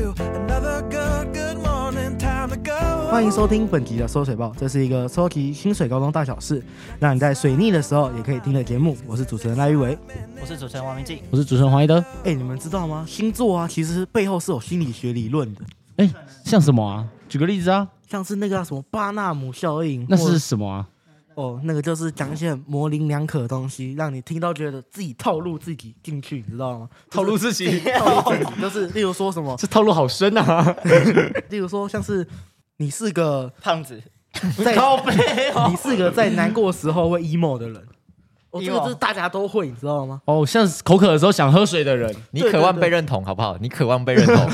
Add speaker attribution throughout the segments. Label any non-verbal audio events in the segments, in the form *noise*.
Speaker 1: another good, good morning, time to go.
Speaker 2: 欢迎收听本集的《收水报》，这是一个收集清水高中大小事，让你在水逆的时候也可以听的节目。我是主持人赖玉维。
Speaker 3: 我是主持人王明静，
Speaker 4: 我是主持人黄一德。
Speaker 2: 哎，你们知道吗？星座啊，其实背后是有心理学理论的，
Speaker 4: 哎，像什么啊？举个例子啊，
Speaker 2: 像是那个啊什么巴纳姆效应，
Speaker 4: 那
Speaker 2: 或
Speaker 4: 是什么啊？
Speaker 2: 哦，那个就是讲一些很模棱两可的东西，让你听到觉得自己套路自己进去，你知道吗？
Speaker 4: 套路自己，
Speaker 2: 套路自己就是，例如说什么，
Speaker 4: *laughs* 这套路好深啊！
Speaker 2: *laughs* 例如说像是你是
Speaker 4: *laughs*
Speaker 2: 个
Speaker 3: 胖子，
Speaker 2: 在
Speaker 3: 靠背哦，
Speaker 2: 你是个在难过时候会 emo 的人。 *laughs* 哦，这个
Speaker 3: emo
Speaker 2: 就是大家都会，你知道 *laughs* 吗？
Speaker 4: 哦，像是口渴的时候想喝水的人，
Speaker 5: 你
Speaker 2: 对
Speaker 5: 渴望
Speaker 2: 对
Speaker 5: 被认同，好不好？你渴望被
Speaker 2: *laughs*
Speaker 5: 认同，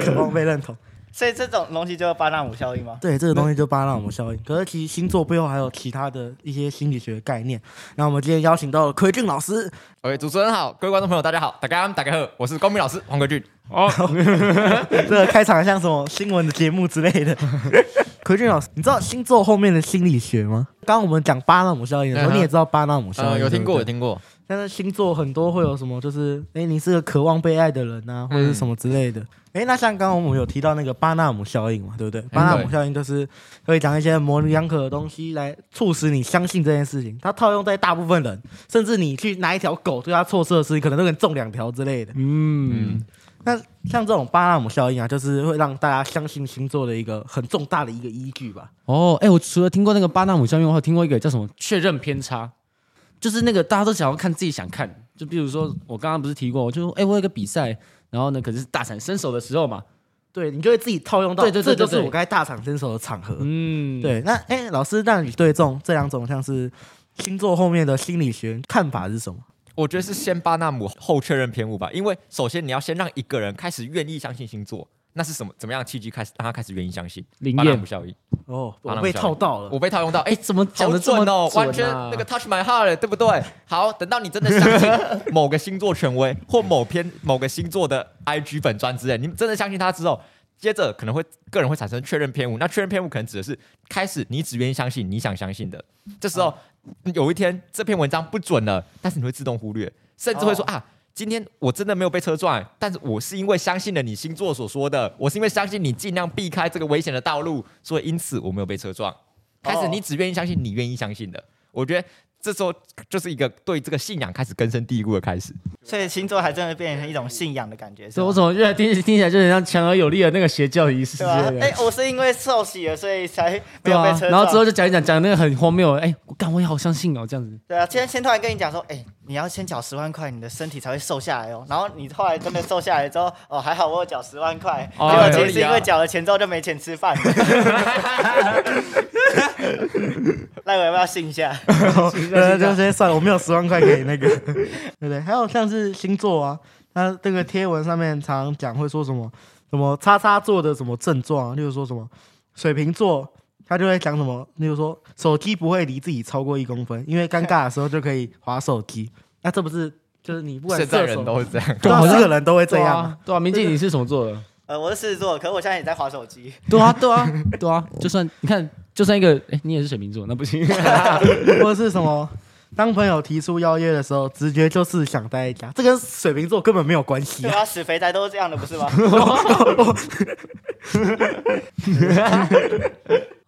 Speaker 2: 渴望被认同。
Speaker 3: *laughs* 所以这种东西叫巴纳姆效应吗？
Speaker 2: 对，这个东西就巴纳姆效应。可是其实星座背后还有其他的一些心理学概念。那我们今天邀请到了奎俊老师，
Speaker 5: OK，主持人好，各位观众朋友，大家好，大家好，大家好，我是光明老师黄格俊。
Speaker 2: 这个开场像什么新闻的节目之类的。 *laughs* 奎俊老师，你知道星座后面的心理学吗？刚刚我们讲巴纳姆效应的时候，
Speaker 5: 嗯哼
Speaker 2: 你也知道巴纳姆效应，
Speaker 5: 嗯，有听过，
Speaker 2: 对不
Speaker 5: 有
Speaker 2: 对。
Speaker 5: 听过。
Speaker 2: 但是星座很多会有什么，就是哎，诶你是个渴望被爱的人啊，或者是什么之类
Speaker 4: 嗯
Speaker 2: 的。哎、那像刚刚我们有提到那个巴纳姆效应嘛，对不对？巴纳姆效应就是会讲一些模棱两可的东西来促使你相信这件事情。它套用在大部分人，甚至你去拿一条狗对它做测试，可能都能中两条之类的。
Speaker 4: 嗯，
Speaker 2: 那像这种巴纳姆效应啊，就是会让大家相信星座的一个很重大的一个依据吧。
Speaker 4: 哦，哎，我除了听过那个巴纳姆效应，我还有听过一个叫什么确认偏差，就是那个大家都想要看自己想看，就比如说我刚刚不是提过，我就说哎，我有一个比赛，然后呢，可是大展身手的时候嘛，
Speaker 2: 对你就会自己套用到，
Speaker 4: 对对对
Speaker 2: 这就
Speaker 4: 对
Speaker 2: 是
Speaker 4: 对
Speaker 2: 我该大展身手的场合。
Speaker 4: 嗯，
Speaker 2: 对，那哎、老师，那你对这种这两种像是星座后面的心理学看法是什么？
Speaker 5: 我觉得是先巴纳姆后确认偏误吧，因为首先你要先让一个人开始愿意相信星座，那是什么怎么样的契机开始让他开始愿意相信？
Speaker 4: 灵
Speaker 5: 巴纳姆
Speaker 4: 验，
Speaker 5: 效应，
Speaker 2: 哦，
Speaker 5: 巴
Speaker 2: 我
Speaker 5: 纳姆
Speaker 2: 被
Speaker 5: 效
Speaker 2: 套
Speaker 5: 应
Speaker 2: 到了
Speaker 5: 我。被套用到，哎、
Speaker 4: 哎，怎么讲的这么
Speaker 5: 好准哦，
Speaker 4: 准啊
Speaker 5: 完全那个 touch my heart 了，对不对？好，等到你真的相信某个星座权威或某篇某个星座的 IG 粉专之类，你真的相信他之后，接着可能会个人会产生确认偏误。那确认偏误可能指的是开始你只愿意相信你想相信的，这时候、有一天这篇文章不准了，但是你会自动忽略，甚至会
Speaker 4: 哦
Speaker 5: 说、啊。今天我真的没有被车撞，但是我是因为相信了你星座所说的，我是因为相信你尽量避开这个危险的道路，所以因此我没有被车撞。开
Speaker 2: 哦
Speaker 5: 始你只愿意相信你愿意相信的。我觉得这时候就是一个对这个信仰开始根深蒂固的开始。
Speaker 3: 所以星座还真的变成一种信仰的感觉，是
Speaker 4: 所以
Speaker 3: 吗
Speaker 4: 我？怎么越来听听起来就很像强而有力的那个邪教仪式之
Speaker 3: 对吧
Speaker 4: 类？的
Speaker 3: 哎。，我是因为受洗了，所以才没
Speaker 4: 对
Speaker 3: 有被
Speaker 4: 啊，
Speaker 3: 车撞。
Speaker 4: 然后之后就讲一讲，讲那个很荒谬的，哎、我干，我也好相信哦，这样子。
Speaker 3: 对啊，今天先突然跟你讲说，哎，你要先缴十万块，你的身体才会瘦下来哦。然后你后来真的瘦下来之后，哦，还好我有缴十万块，结
Speaker 4: 哦
Speaker 3: 果
Speaker 5: 合
Speaker 3: 其
Speaker 5: 理
Speaker 3: 实是
Speaker 5: 啊
Speaker 3: 因为缴了钱之后就没钱吃
Speaker 4: *laughs*
Speaker 3: 饭。赖我要不要信一下？
Speaker 2: *laughs* 呃，就先算了，我没有十万块给那个，对不对？还有像是星座啊，它这个贴文上面常常讲会说什么什么叉叉座的什么症状、啊，例如说什么水瓶座，他就会讲什么，例如说手机不会离自己超过一公分，因为尴尬的时候就可以划手机。那这不是就是你不管
Speaker 5: 现在
Speaker 2: 射手
Speaker 5: 人都会这样，
Speaker 2: 对啊，
Speaker 4: 好像
Speaker 2: 这个人都会这
Speaker 4: 对
Speaker 2: 样啊。
Speaker 4: 啊，对啊，明静你是什么座的？
Speaker 3: 呃，我是狮子座，可是我现在也在划手机。
Speaker 4: 对啊，对啊，对啊，就算你看，就算一个，哎、你也是水瓶座，那不行。
Speaker 2: *laughs* 或者是什么？当朋友提出邀约的时候，直觉就是想待在家，这跟水瓶座根本没有关系 *laughs*
Speaker 3: 对
Speaker 2: 啊！
Speaker 3: 啊，死肥宅都是这样的，不是吗？ *laughs*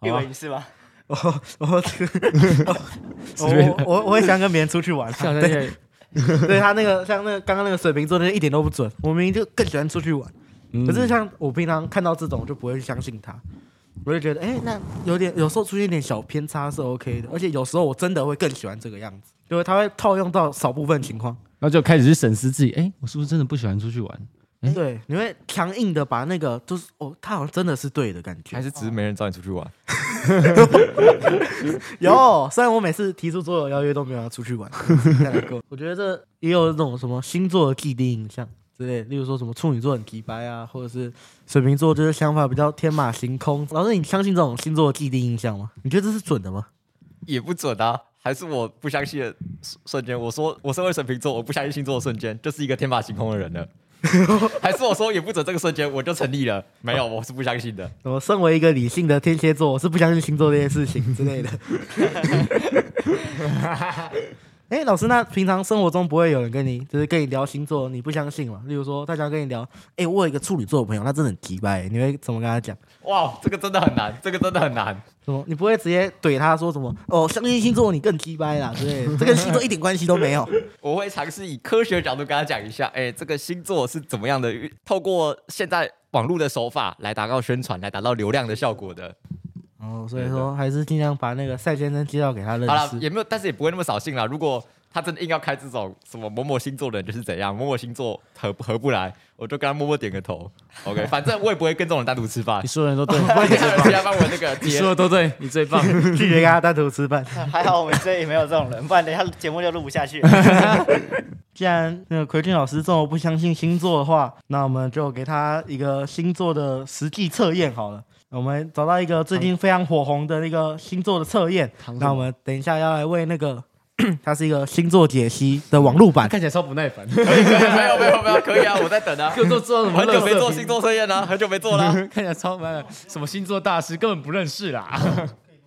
Speaker 3: 以为你是吗？
Speaker 2: 我我 *laughs* 这个我我我会 *laughs* 想跟别人出去玩啊、
Speaker 4: 像那
Speaker 2: 对，
Speaker 4: 个，
Speaker 2: 对他那个像那个刚刚那个水瓶座那一点都不准，我明明就更喜欢出去玩，
Speaker 4: 嗯
Speaker 2: 可是像我平常看到这种，我就不会去相信他，我就觉得哎、那有点有时候出现一点小偏差是 OK 的，而且有时候我真的会更喜欢这个样子，因为他会套用到少部分情况。
Speaker 4: 然后就开始去审视自己，哎、我是不是真的不喜欢出去玩？嗯
Speaker 2: 对，你会强硬的把那个就是哦，他好像真的是对的感觉
Speaker 5: 还。是只是没人找你出去玩？
Speaker 2: 有，虽然我每次提出所有邀约都没有要出去 *laughs* 玩，再来过。我觉得这也有那种什么星座的既定印象之类，例如说什么处女座很急白啊，或者是水瓶座就是想法比较天马行空。老师，你相信这种星座的既定印象吗？你觉得这是准的吗？
Speaker 5: 也不准啊。还是我不相信的瞬瞬间，我说我身为水瓶座，我不相信星座的瞬间，就是一个天马行空的
Speaker 2: *laughs*
Speaker 5: 人了。还是我说也不准这个瞬间，我就成立了？没有，我是不相信的。
Speaker 2: 我身为一个理性的天 *laughs* 蝎座，我是不相信星座这些事情之类的。哎，老师，那平常生活中不会有人跟你就是跟你聊星座，你不相信吗？例如说，大家跟你聊，哎，我有一个处女座的朋友，他真的很奇怪，你会怎么跟他讲？
Speaker 5: 哇，这个真的很难，这个真的很难。
Speaker 2: 什么？你不会直接怼他说什么？哦，相信星座你更鸡掰啦之类的，这跟星座一点关系都没有。
Speaker 4: *laughs*
Speaker 5: 我会尝试以科学角度跟他讲一下，哎，这个星座是怎么样的，透过现在网络的手法来达到宣传，来达到流量的效果的。
Speaker 2: 哦，所以说还是尽量把那个赛先生介绍给他认
Speaker 5: 好了，
Speaker 2: 识。
Speaker 5: 也没有，但是也不会那么扫兴啦。如果他真的硬要开这种什么某某星座的人就是怎样，某某星座合合不来，我就跟他默默点个头。OK，
Speaker 4: *laughs*
Speaker 5: 反正我也不会跟这种人单独吃饭
Speaker 4: 你。说的人都对，
Speaker 5: 不 *laughs* 要帮我那个
Speaker 4: 你
Speaker 5: 接
Speaker 4: 哦说的都对，你最棒。
Speaker 2: 拒绝跟他单独吃饭。
Speaker 3: 还好我们这里没有这种人，不然等一下节目就录不下去。
Speaker 2: 既然那个奎俊老师这么不相信星座的话，那我们就给他一个星座的实际测验好了。我们找到一个最近非常火红的那个星座的测验
Speaker 4: 唐，什么
Speaker 2: 那我们等一下要来为那个， *coughs* 它是一个星座解析的网络版。
Speaker 4: 看起来超不
Speaker 2: *laughs*
Speaker 4: 耐烦， *laughs*
Speaker 5: *laughs* 没有没有没有，可以啊，我在等啊。
Speaker 4: 各做做什么
Speaker 5: 很
Speaker 4: 垃圾评？
Speaker 5: 久没做星座测验了，很久没做
Speaker 4: *laughs*
Speaker 5: 了。啊
Speaker 4: 看起来超烦的，什么星座大师根本不认识啦。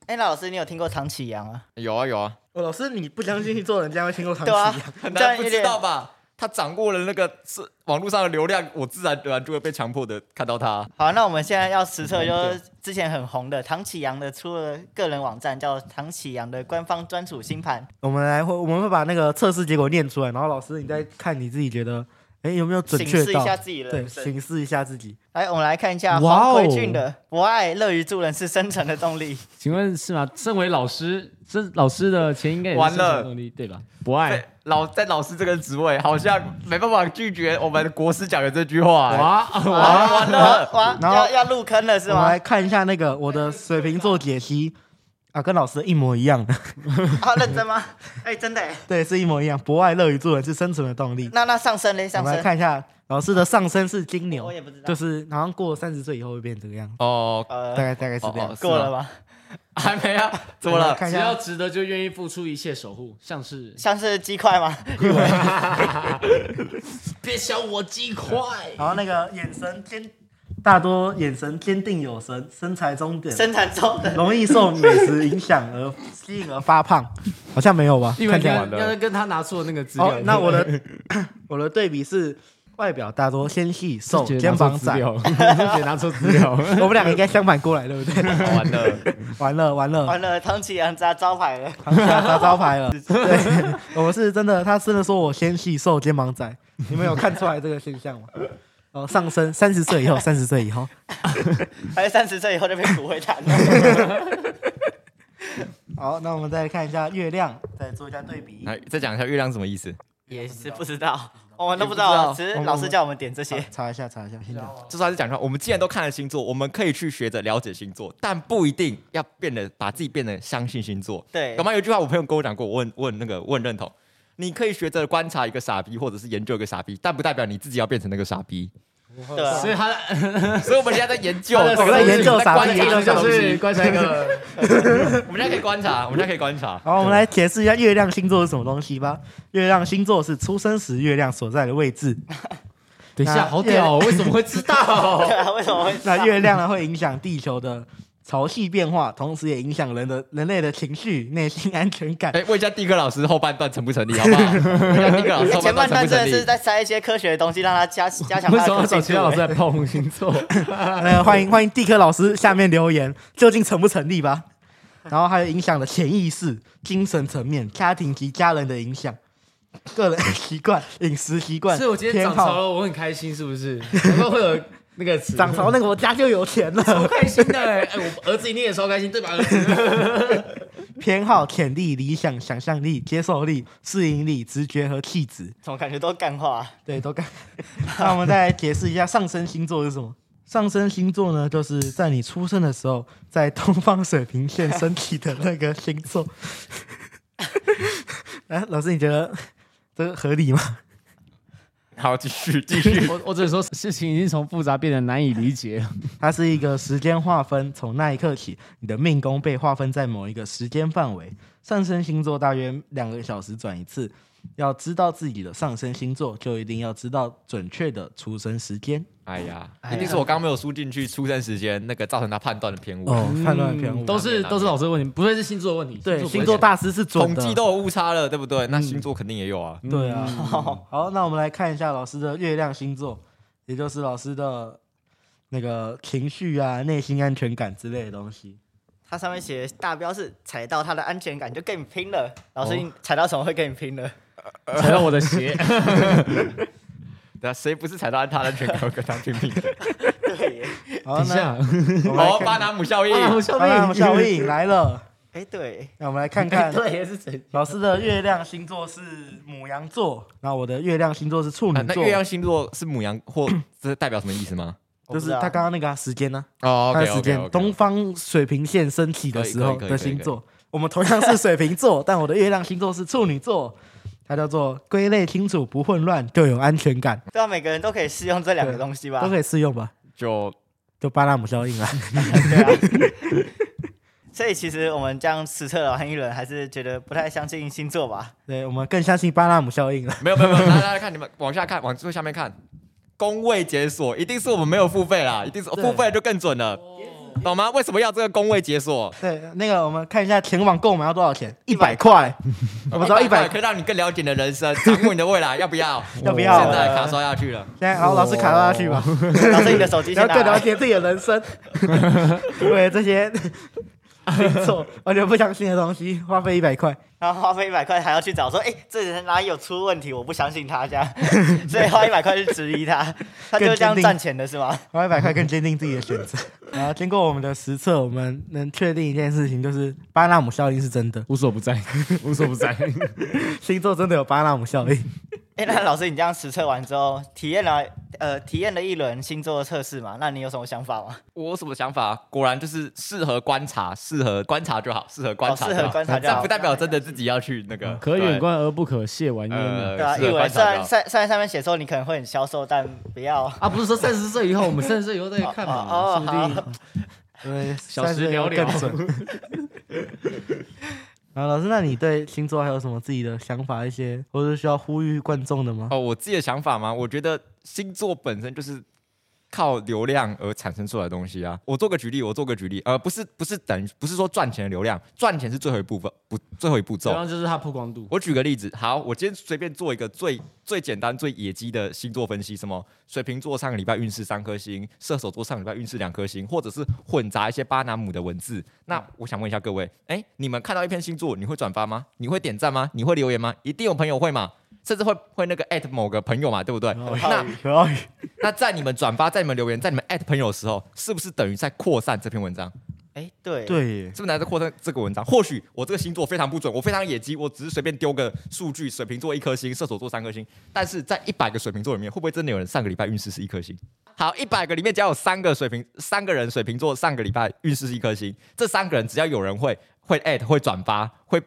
Speaker 3: 哎，那老师，你有听过唐启阳吗？
Speaker 5: 有啊有啊，
Speaker 2: *laughs* 哦，老师，你不相信星座，人家会听过唐
Speaker 3: 对啊，
Speaker 5: 很
Speaker 3: 这样
Speaker 5: 难
Speaker 3: 有
Speaker 5: 不
Speaker 3: 点
Speaker 5: 知道吧？他掌握了那个是网络上的流量，我自然而然就会被强迫的看到他。
Speaker 3: 好，那我们现在要实测，就是之前很红的唐启阳的出了个人网站，叫唐启阳的官方专属星盘。
Speaker 2: 我们来会，我们会把那个测试结果念出来，然后老师你再看你自己觉得，哎，有没有准
Speaker 3: 审
Speaker 2: 确
Speaker 3: 视一
Speaker 2: 到？
Speaker 3: 下自己的
Speaker 2: 对，
Speaker 3: 人生
Speaker 2: 审视一下自己。
Speaker 3: 来，我们来看一下
Speaker 4: 哇
Speaker 3: 黄
Speaker 4: 哦
Speaker 3: 奎俊的“博爱乐于助人是生存的动力
Speaker 4: 请问是吗？身为老师，这老师的钱应该也是
Speaker 5: 完
Speaker 4: 生存
Speaker 5: 了
Speaker 4: 动力对吧？不
Speaker 3: 哎
Speaker 4: 爱
Speaker 5: 在老在老师这个职位，好像没办法拒绝我们国师讲的这句话、欸。
Speaker 4: 哇哇！
Speaker 5: 完”。完
Speaker 3: 哇
Speaker 5: 了，
Speaker 3: 哇，
Speaker 2: 然后
Speaker 3: 要要入坑了是
Speaker 2: 我们
Speaker 3: 吗
Speaker 2: 来？看一下那个我的水瓶座解析啊，跟老师一模一样的， *laughs*
Speaker 3: 啊，认真吗？哎，真的耶。
Speaker 2: 对，是一模一样。博爱乐于助人是生存的动力。
Speaker 3: 那那上升嘞，
Speaker 2: 我
Speaker 3: 上
Speaker 2: 们来
Speaker 3: 升。
Speaker 2: 看一下老师的上升是金牛
Speaker 3: 我也，不知道
Speaker 2: 就是好像过了三十岁以后会变这个样子，
Speaker 5: 哦，
Speaker 2: 大
Speaker 3: 呃，
Speaker 2: 概大概是这
Speaker 5: 哦哦
Speaker 2: 样。
Speaker 5: 是
Speaker 3: 过
Speaker 5: 吗
Speaker 3: 了吗？
Speaker 5: 还没啊？怎么
Speaker 2: 我们来
Speaker 5: 了？
Speaker 2: 看一
Speaker 4: 只要
Speaker 2: 下，
Speaker 4: 值得就愿意付出一切守护，像是
Speaker 3: 像是鸡块吗？
Speaker 4: 别想我鸡块，
Speaker 2: 然后那个眼神坚，大多眼神坚定有神，身材中等，
Speaker 3: 生产中的。
Speaker 2: 容易受美食影响而吸引而发胖，好像没有吧？
Speaker 4: 因为
Speaker 2: 看
Speaker 4: 你
Speaker 2: 起来
Speaker 4: 要要是跟他拿出的那个资料
Speaker 2: 哦，，那我
Speaker 4: *laughs*
Speaker 2: 的我的对比是外表大多纤细瘦，肩膀窄。
Speaker 4: 姐拿出资料，
Speaker 2: 我们两个应该相反过来，对不对？ *laughs*
Speaker 5: 完了，
Speaker 2: 完了完了，
Speaker 3: 完了，唐启阳砸招牌了。
Speaker 2: 唐家打招牌了。对，我们是真的，他真的说我纤细瘦，肩膀窄。你们有看出来这个现象吗？哦，上升三十岁以后，三十岁以后。
Speaker 3: 还是三十岁以后就变骨灰坛了。
Speaker 2: 好，那我们再看一下月亮，再做一下对比。
Speaker 5: *laughs* 来再讲一下月亮是什么意思？
Speaker 3: 也是不知道，我们都不知
Speaker 5: 也不
Speaker 3: 道，
Speaker 5: 知
Speaker 3: 只是老师叫我们点这些
Speaker 2: 啊。查一下，查一下，先讲。
Speaker 5: 就是还是讲说，我们既然都看了星座，我们可以去学着了解星座，但不一定要变得把自己变得相信星座。
Speaker 3: 对
Speaker 5: 干，嘛有一句话我朋友跟我讲过，我很我很那个我很认同。你可以学着观察一个傻逼，或者是研究一个傻逼，但不代表你自己要变成那个傻逼。
Speaker 3: 对啊
Speaker 4: *laughs* 所，以他的
Speaker 5: 所以我们现在在
Speaker 2: *laughs*
Speaker 5: 研究，
Speaker 4: 他的
Speaker 5: 我们在
Speaker 2: 在研究傻逼这
Speaker 5: 观察这
Speaker 2: 个
Speaker 5: 个
Speaker 4: 就
Speaker 5: 东
Speaker 4: 是
Speaker 5: 西。
Speaker 4: 观察一 *laughs* 个
Speaker 5: 我们现在可以观察，我们现在可以观察。
Speaker 2: 好，我们来解释一下月亮星座是什么东西吧。月亮星座是出生时月亮所在的位
Speaker 4: *laughs*
Speaker 2: 置。
Speaker 4: 等一下，
Speaker 2: 那
Speaker 4: 好屌、哦，为什么会知道？
Speaker 3: 对啊，为什么会知道？
Speaker 2: 那月亮呢，会影响地球的潮汐变化，同时也影响人的人类的情绪、内心安全感。
Speaker 5: 哎，问一下蒂哥老师后半段成不成立， *laughs* 好不好？问一下蒂哥老师后
Speaker 3: 哎前半段
Speaker 5: 半段成不
Speaker 3: 真
Speaker 5: 成
Speaker 3: 的是
Speaker 5: 立？
Speaker 3: 在塞一些科学的东西，让他加加强
Speaker 4: 为
Speaker 3: 他
Speaker 4: 什么要
Speaker 3: 的
Speaker 4: 找
Speaker 3: 可
Speaker 4: 其
Speaker 3: 信
Speaker 4: 他
Speaker 3: 度
Speaker 4: 老师来
Speaker 3: 欸。
Speaker 4: 炮轰星座？
Speaker 2: 那呃个欢迎欢迎地科老师下面留言，究竟成不成立吧？然后还有影响的潜意识、精神层面、家庭及家人的影响、个人 *laughs* 习惯、饮食习惯、
Speaker 4: 所以我今天
Speaker 2: 偏
Speaker 4: 涨潮
Speaker 2: 好。
Speaker 4: 了，我很开心，是不是？难怪会有那个词，
Speaker 2: 涨潮那个我家就有钱
Speaker 4: 超
Speaker 2: 了。
Speaker 4: 开心的哎、哎我儿子一定也超开心，对吧？儿子，
Speaker 2: 偏好、潜力、理想、想象力、接受力、适应力、直觉和气质，
Speaker 3: 怎么感觉都干话？
Speaker 2: 对，都干。那我们再来解释一下上升星座是什么？上升星座呢，就是在你出生的时候，在东方水平线升起的那个星座。 *laughs* 哎，老师，你觉得这个合理吗？
Speaker 5: 好，继续继 *laughs* 续。
Speaker 4: *laughs* 我我只能说事情已经从复杂变得难以理解了。
Speaker 2: 它是一个时间划分，从那一刻起，你的命宫被划分在某一个时间范围。上升星座大约两个小时转一次，要知道自己的上升星座，就一定要知道准确的出生时间。
Speaker 5: 哎呀，
Speaker 3: 哎呀
Speaker 5: 一定是我刚刚没有输进去出生时间那个造成他判断的偏误。
Speaker 2: 哦，判断偏误
Speaker 4: 嗯。都是都是老师的问题，不会是星座的问题。
Speaker 2: 对，
Speaker 4: 不会
Speaker 2: 星座大师是准
Speaker 5: 统
Speaker 2: 的。
Speaker 5: 计都有误差了，对不
Speaker 2: 嗯
Speaker 5: 对？那星座肯定也有啊。
Speaker 2: 对啊。 *laughs* 好，那我们来看一下老师的月亮星座，也就是老师的那个情绪啊、内心安全感之类的东西。
Speaker 3: 它上面写大标是踩到他的安全感就跟你拼了。老师，你踩到什么会跟你拼了？ *laughs*
Speaker 4: 踩到我的鞋，
Speaker 5: 对啊，谁不是踩到他的安全感跟他拼命的？
Speaker 3: 对耶，
Speaker 2: 好，
Speaker 4: 等一
Speaker 2: 那
Speaker 4: 下，
Speaker 2: *laughs* 我们来
Speaker 5: 哦，
Speaker 2: 看
Speaker 5: 巴拿姆效应，
Speaker 4: 巴拿姆效
Speaker 2: 好那我们效应来了，
Speaker 3: 哎对，
Speaker 2: 那我们来 *laughs* 看
Speaker 4: 哎 *laughs*
Speaker 2: 看
Speaker 4: 对是谁？
Speaker 2: 老师的月亮星座是母羊座，那我的月亮星座是处
Speaker 5: 啊
Speaker 2: 女
Speaker 5: 那
Speaker 2: 座
Speaker 5: 月，亮星座是母羊或这代表什么意思吗？
Speaker 2: 就
Speaker 3: 我不
Speaker 2: 是
Speaker 3: 知道
Speaker 2: 他刚刚那个啊时间呢，
Speaker 5: 哦
Speaker 2: 他的时间，东方水平线升起的时候
Speaker 5: 可以可以可
Speaker 2: 的
Speaker 5: 以
Speaker 2: 星座。我们同样是水瓶座， *laughs* 但我的月亮星座是处女座，它叫做归类清楚不混乱就有安全感，
Speaker 3: 对啊，每个人都可以适用这两个
Speaker 2: 对
Speaker 3: 东西吧
Speaker 2: 都？可以适用吧？
Speaker 5: 就
Speaker 2: 就巴纳姆效应啦。
Speaker 3: 对啊。
Speaker 2: *laughs*
Speaker 3: 所以其实我们这样实测了完一轮，还是觉得不太相信星座吧？
Speaker 2: 对，我们更相信巴纳姆效应了。
Speaker 5: 没有没有没有，来来来看你们往下看，往最下面看，工位解锁一定是我们没有付费啦，一定是
Speaker 2: 对
Speaker 5: 付费就更准了，懂吗？为什么要这个工位解锁？
Speaker 2: 对，那个我们看一下前往购买要多少钱？一百块，我们知道一百
Speaker 5: 可以让你更了解你的人生，掌握你的未来，要不要？
Speaker 2: 要不要
Speaker 5: 现在卡刷下去了，
Speaker 2: 现在好，老师卡到下去吧，
Speaker 3: 老师，你的手机
Speaker 2: 然后
Speaker 3: 先拿
Speaker 2: 更了
Speaker 3: 来。
Speaker 2: 解自己的人生，因为这些 *laughs* 星座完全不相信的东西，花费一百块。
Speaker 3: 然后花费一百块还要去找说，哎、这人哪里有出问题？我不相信他这样， *laughs* 所以花一百块去质疑他，他就这样赚钱的是吗？
Speaker 2: 花一百块更坚定自己的选择。然后经过我们的实测，我们能确定一件事情，就是巴纳姆效应是真的，
Speaker 4: 无所不在，无所不在。
Speaker 2: 星座真的有巴纳姆效应。
Speaker 3: 哎、那老师，你这样实测完之后，体验了呃，体验了一轮星座的测试嘛？那你有什么想法吗？
Speaker 5: 我有什么想法？果然就是适合观察，适合观察就好，适合观察就好，
Speaker 3: 哦适合观察就好
Speaker 5: 但不代表真的自己要去那个。
Speaker 4: *laughs* 嗯可
Speaker 5: 对
Speaker 4: 远观而不可亵玩焉啊！
Speaker 5: 呃
Speaker 3: 对啊，
Speaker 5: 适合
Speaker 3: 一文
Speaker 5: 观察
Speaker 3: 虽
Speaker 5: 就好
Speaker 3: 然虽虽然上面写说你可能会很消瘦，但不要。
Speaker 4: 啊，不是说三十岁以后，我们三十岁以后再看嘛，
Speaker 3: 哦
Speaker 4: 说不定
Speaker 2: 对，
Speaker 4: 小时聊聊
Speaker 2: 算是更准。啊，老师，那你对星座还有什么自己的想法？一些或者需要呼吁观众的吗？
Speaker 5: 哦，我自己的想法吗？我觉得星座本身就是靠流量而产生出来的东西啊。我做个举例，我做个举例，呃，不是不是等于不是说赚钱的流量，赚钱是最后一部分，不最后一步
Speaker 4: 主
Speaker 5: 骤。
Speaker 4: 要就是它曝光度。
Speaker 5: 我举个例子，好，我今天随便做一个最最简单、最野鸡的星座分析，什么水瓶座上个礼拜运势三颗星，射手座上个礼拜运势两颗星，或者是混杂一些巴拿姆的文字。那我想问一下各位，哎、你们看到一篇星座，你会转发吗？你会点赞吗？你会留言吗？一定有朋友会嘛，甚至会会那个艾特某个朋友嘛，对不对？
Speaker 2: 哦
Speaker 5: 那
Speaker 2: 可以，
Speaker 5: 那在你们转发、在你们留言、在你们艾特朋友的时候，是不是等于在扩散这篇文章？
Speaker 3: 哎、对，
Speaker 2: 对耶，
Speaker 5: 是不是拿着扩散这个文章？或许我这个星座非常不准，我非常野鸡，我只是随便丢个数据，水瓶座一颗星，射手座三颗星。但是在一百个水瓶座里面，会不会真的有人上个礼拜运势是一颗星？好，一百个里面只要有三个水瓶，三个人水瓶座上个礼拜运势是一颗星，这三个人只要有人会会 at 会转发会。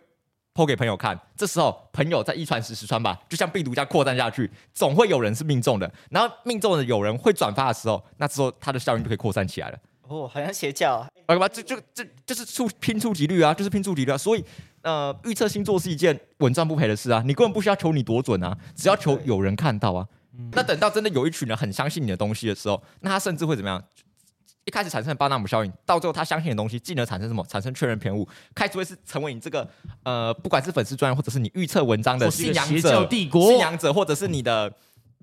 Speaker 5: 抛给朋友看，这时候朋友在一传十，十传百，就像病毒这样扩散下去，总会有人是命中的。然后命中的有人会转发的时候，那之后它的效应就可以扩散起来了。
Speaker 3: 哦，好像邪教啊。
Speaker 5: 啊，干嘛？这这这就是触拼触及率啊，就是拼触及率啊。所以，呃，预测星座是一件稳赚不赔的事啊。你根本不需要求你多准啊，只要求有人看到啊。
Speaker 4: 嗯
Speaker 5: 那等到真的有一群人很相信你的东西的时候，那他甚至会怎么样？一开始产生的巴纳姆效应，到最后他相信的东西，进而产生什么？产生确认偏误，开始会是成为你这个呃，不管是粉丝专业，或者是你预测文章的
Speaker 4: 或是一
Speaker 5: 信
Speaker 4: 个
Speaker 5: 仰
Speaker 4: 邪教
Speaker 5: 者、
Speaker 4: 帝国
Speaker 5: 信仰者，或者是你的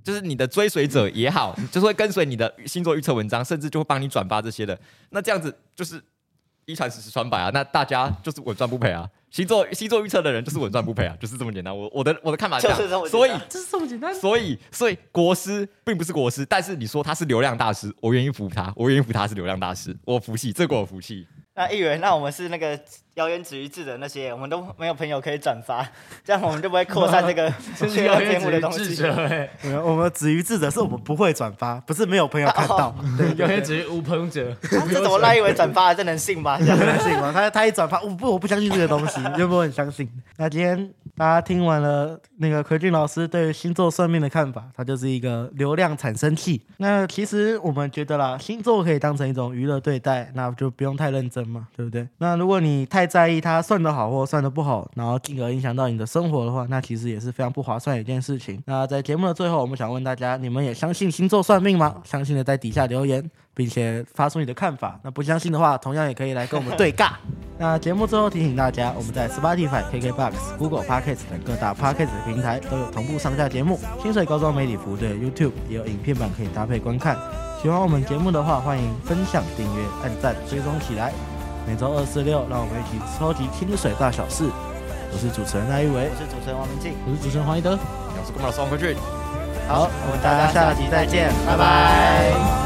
Speaker 5: 就是你的追随者也好，就是会跟随你的星座预测文章，甚至就会帮你转发这些的。那这样子就是一传十，十传百啊，那大家就是稳赚不赔啊。星座星座预测的人就是稳赚不赔啊，就是这么简单。我我的我的看法样
Speaker 3: 就是这么简单
Speaker 5: 所以
Speaker 4: 这是这么简单。
Speaker 5: 所以所以国师并不是国师，但是你说他是流量大师，我愿意服他，我愿意服他是流量大师，我服气，这个我服气。
Speaker 3: 那议员，那我们是那个谣言止于智的那些，我们都没有朋友可以转发， *laughs* 这样我们就不会扩散 *laughs* 这个缺了节目的东西。啊
Speaker 4: 者，哎
Speaker 2: 我们我们止于智者是我们不会转发，不是没有朋友看到，
Speaker 4: *laughs*
Speaker 2: 对，
Speaker 4: 有些只是无朋者。
Speaker 3: 啊这怎么赖议员转发？这能信吗？这
Speaker 2: *laughs*
Speaker 3: 样
Speaker 2: 不相信吗？他他一转发，我不我不相信这个东西，有没有很相信？那今天大家听完了那个奎俊老师对于星座算命的看法，它就是一个流量产生器。那其实我们觉得啦，星座可以当成一种娱乐对待，那就不用太认真嘛，对不对？那如果你太在意它算得好或算得不好，然后进而影响到你的生活的话，那其实也是非常不划算的一件事情。那在节目的最后，我们想问大家，你们也相信星座算命吗？相信的在底下留言，并且发出你的看法。那不相信的话，同样也可以来跟我们对尬。那节目最后提醒大家，我们在 Spotify、KKBox、Google Podcast 等各大 Podcast 平台都有同步上架节目。清水高中媒体服务队的 YouTube 也有影片版可以搭配观看。喜欢我们节目的话，欢迎分享、订阅、按赞、追踪起来。每周二、四、六，让我们一起收集清水大小事。我是主持人赖玉维
Speaker 3: 我，是主持人王明静，
Speaker 4: 我是主持人黄一德。
Speaker 5: 我是公马老师王奎俊。
Speaker 2: 好，我们大家下集再见，拜拜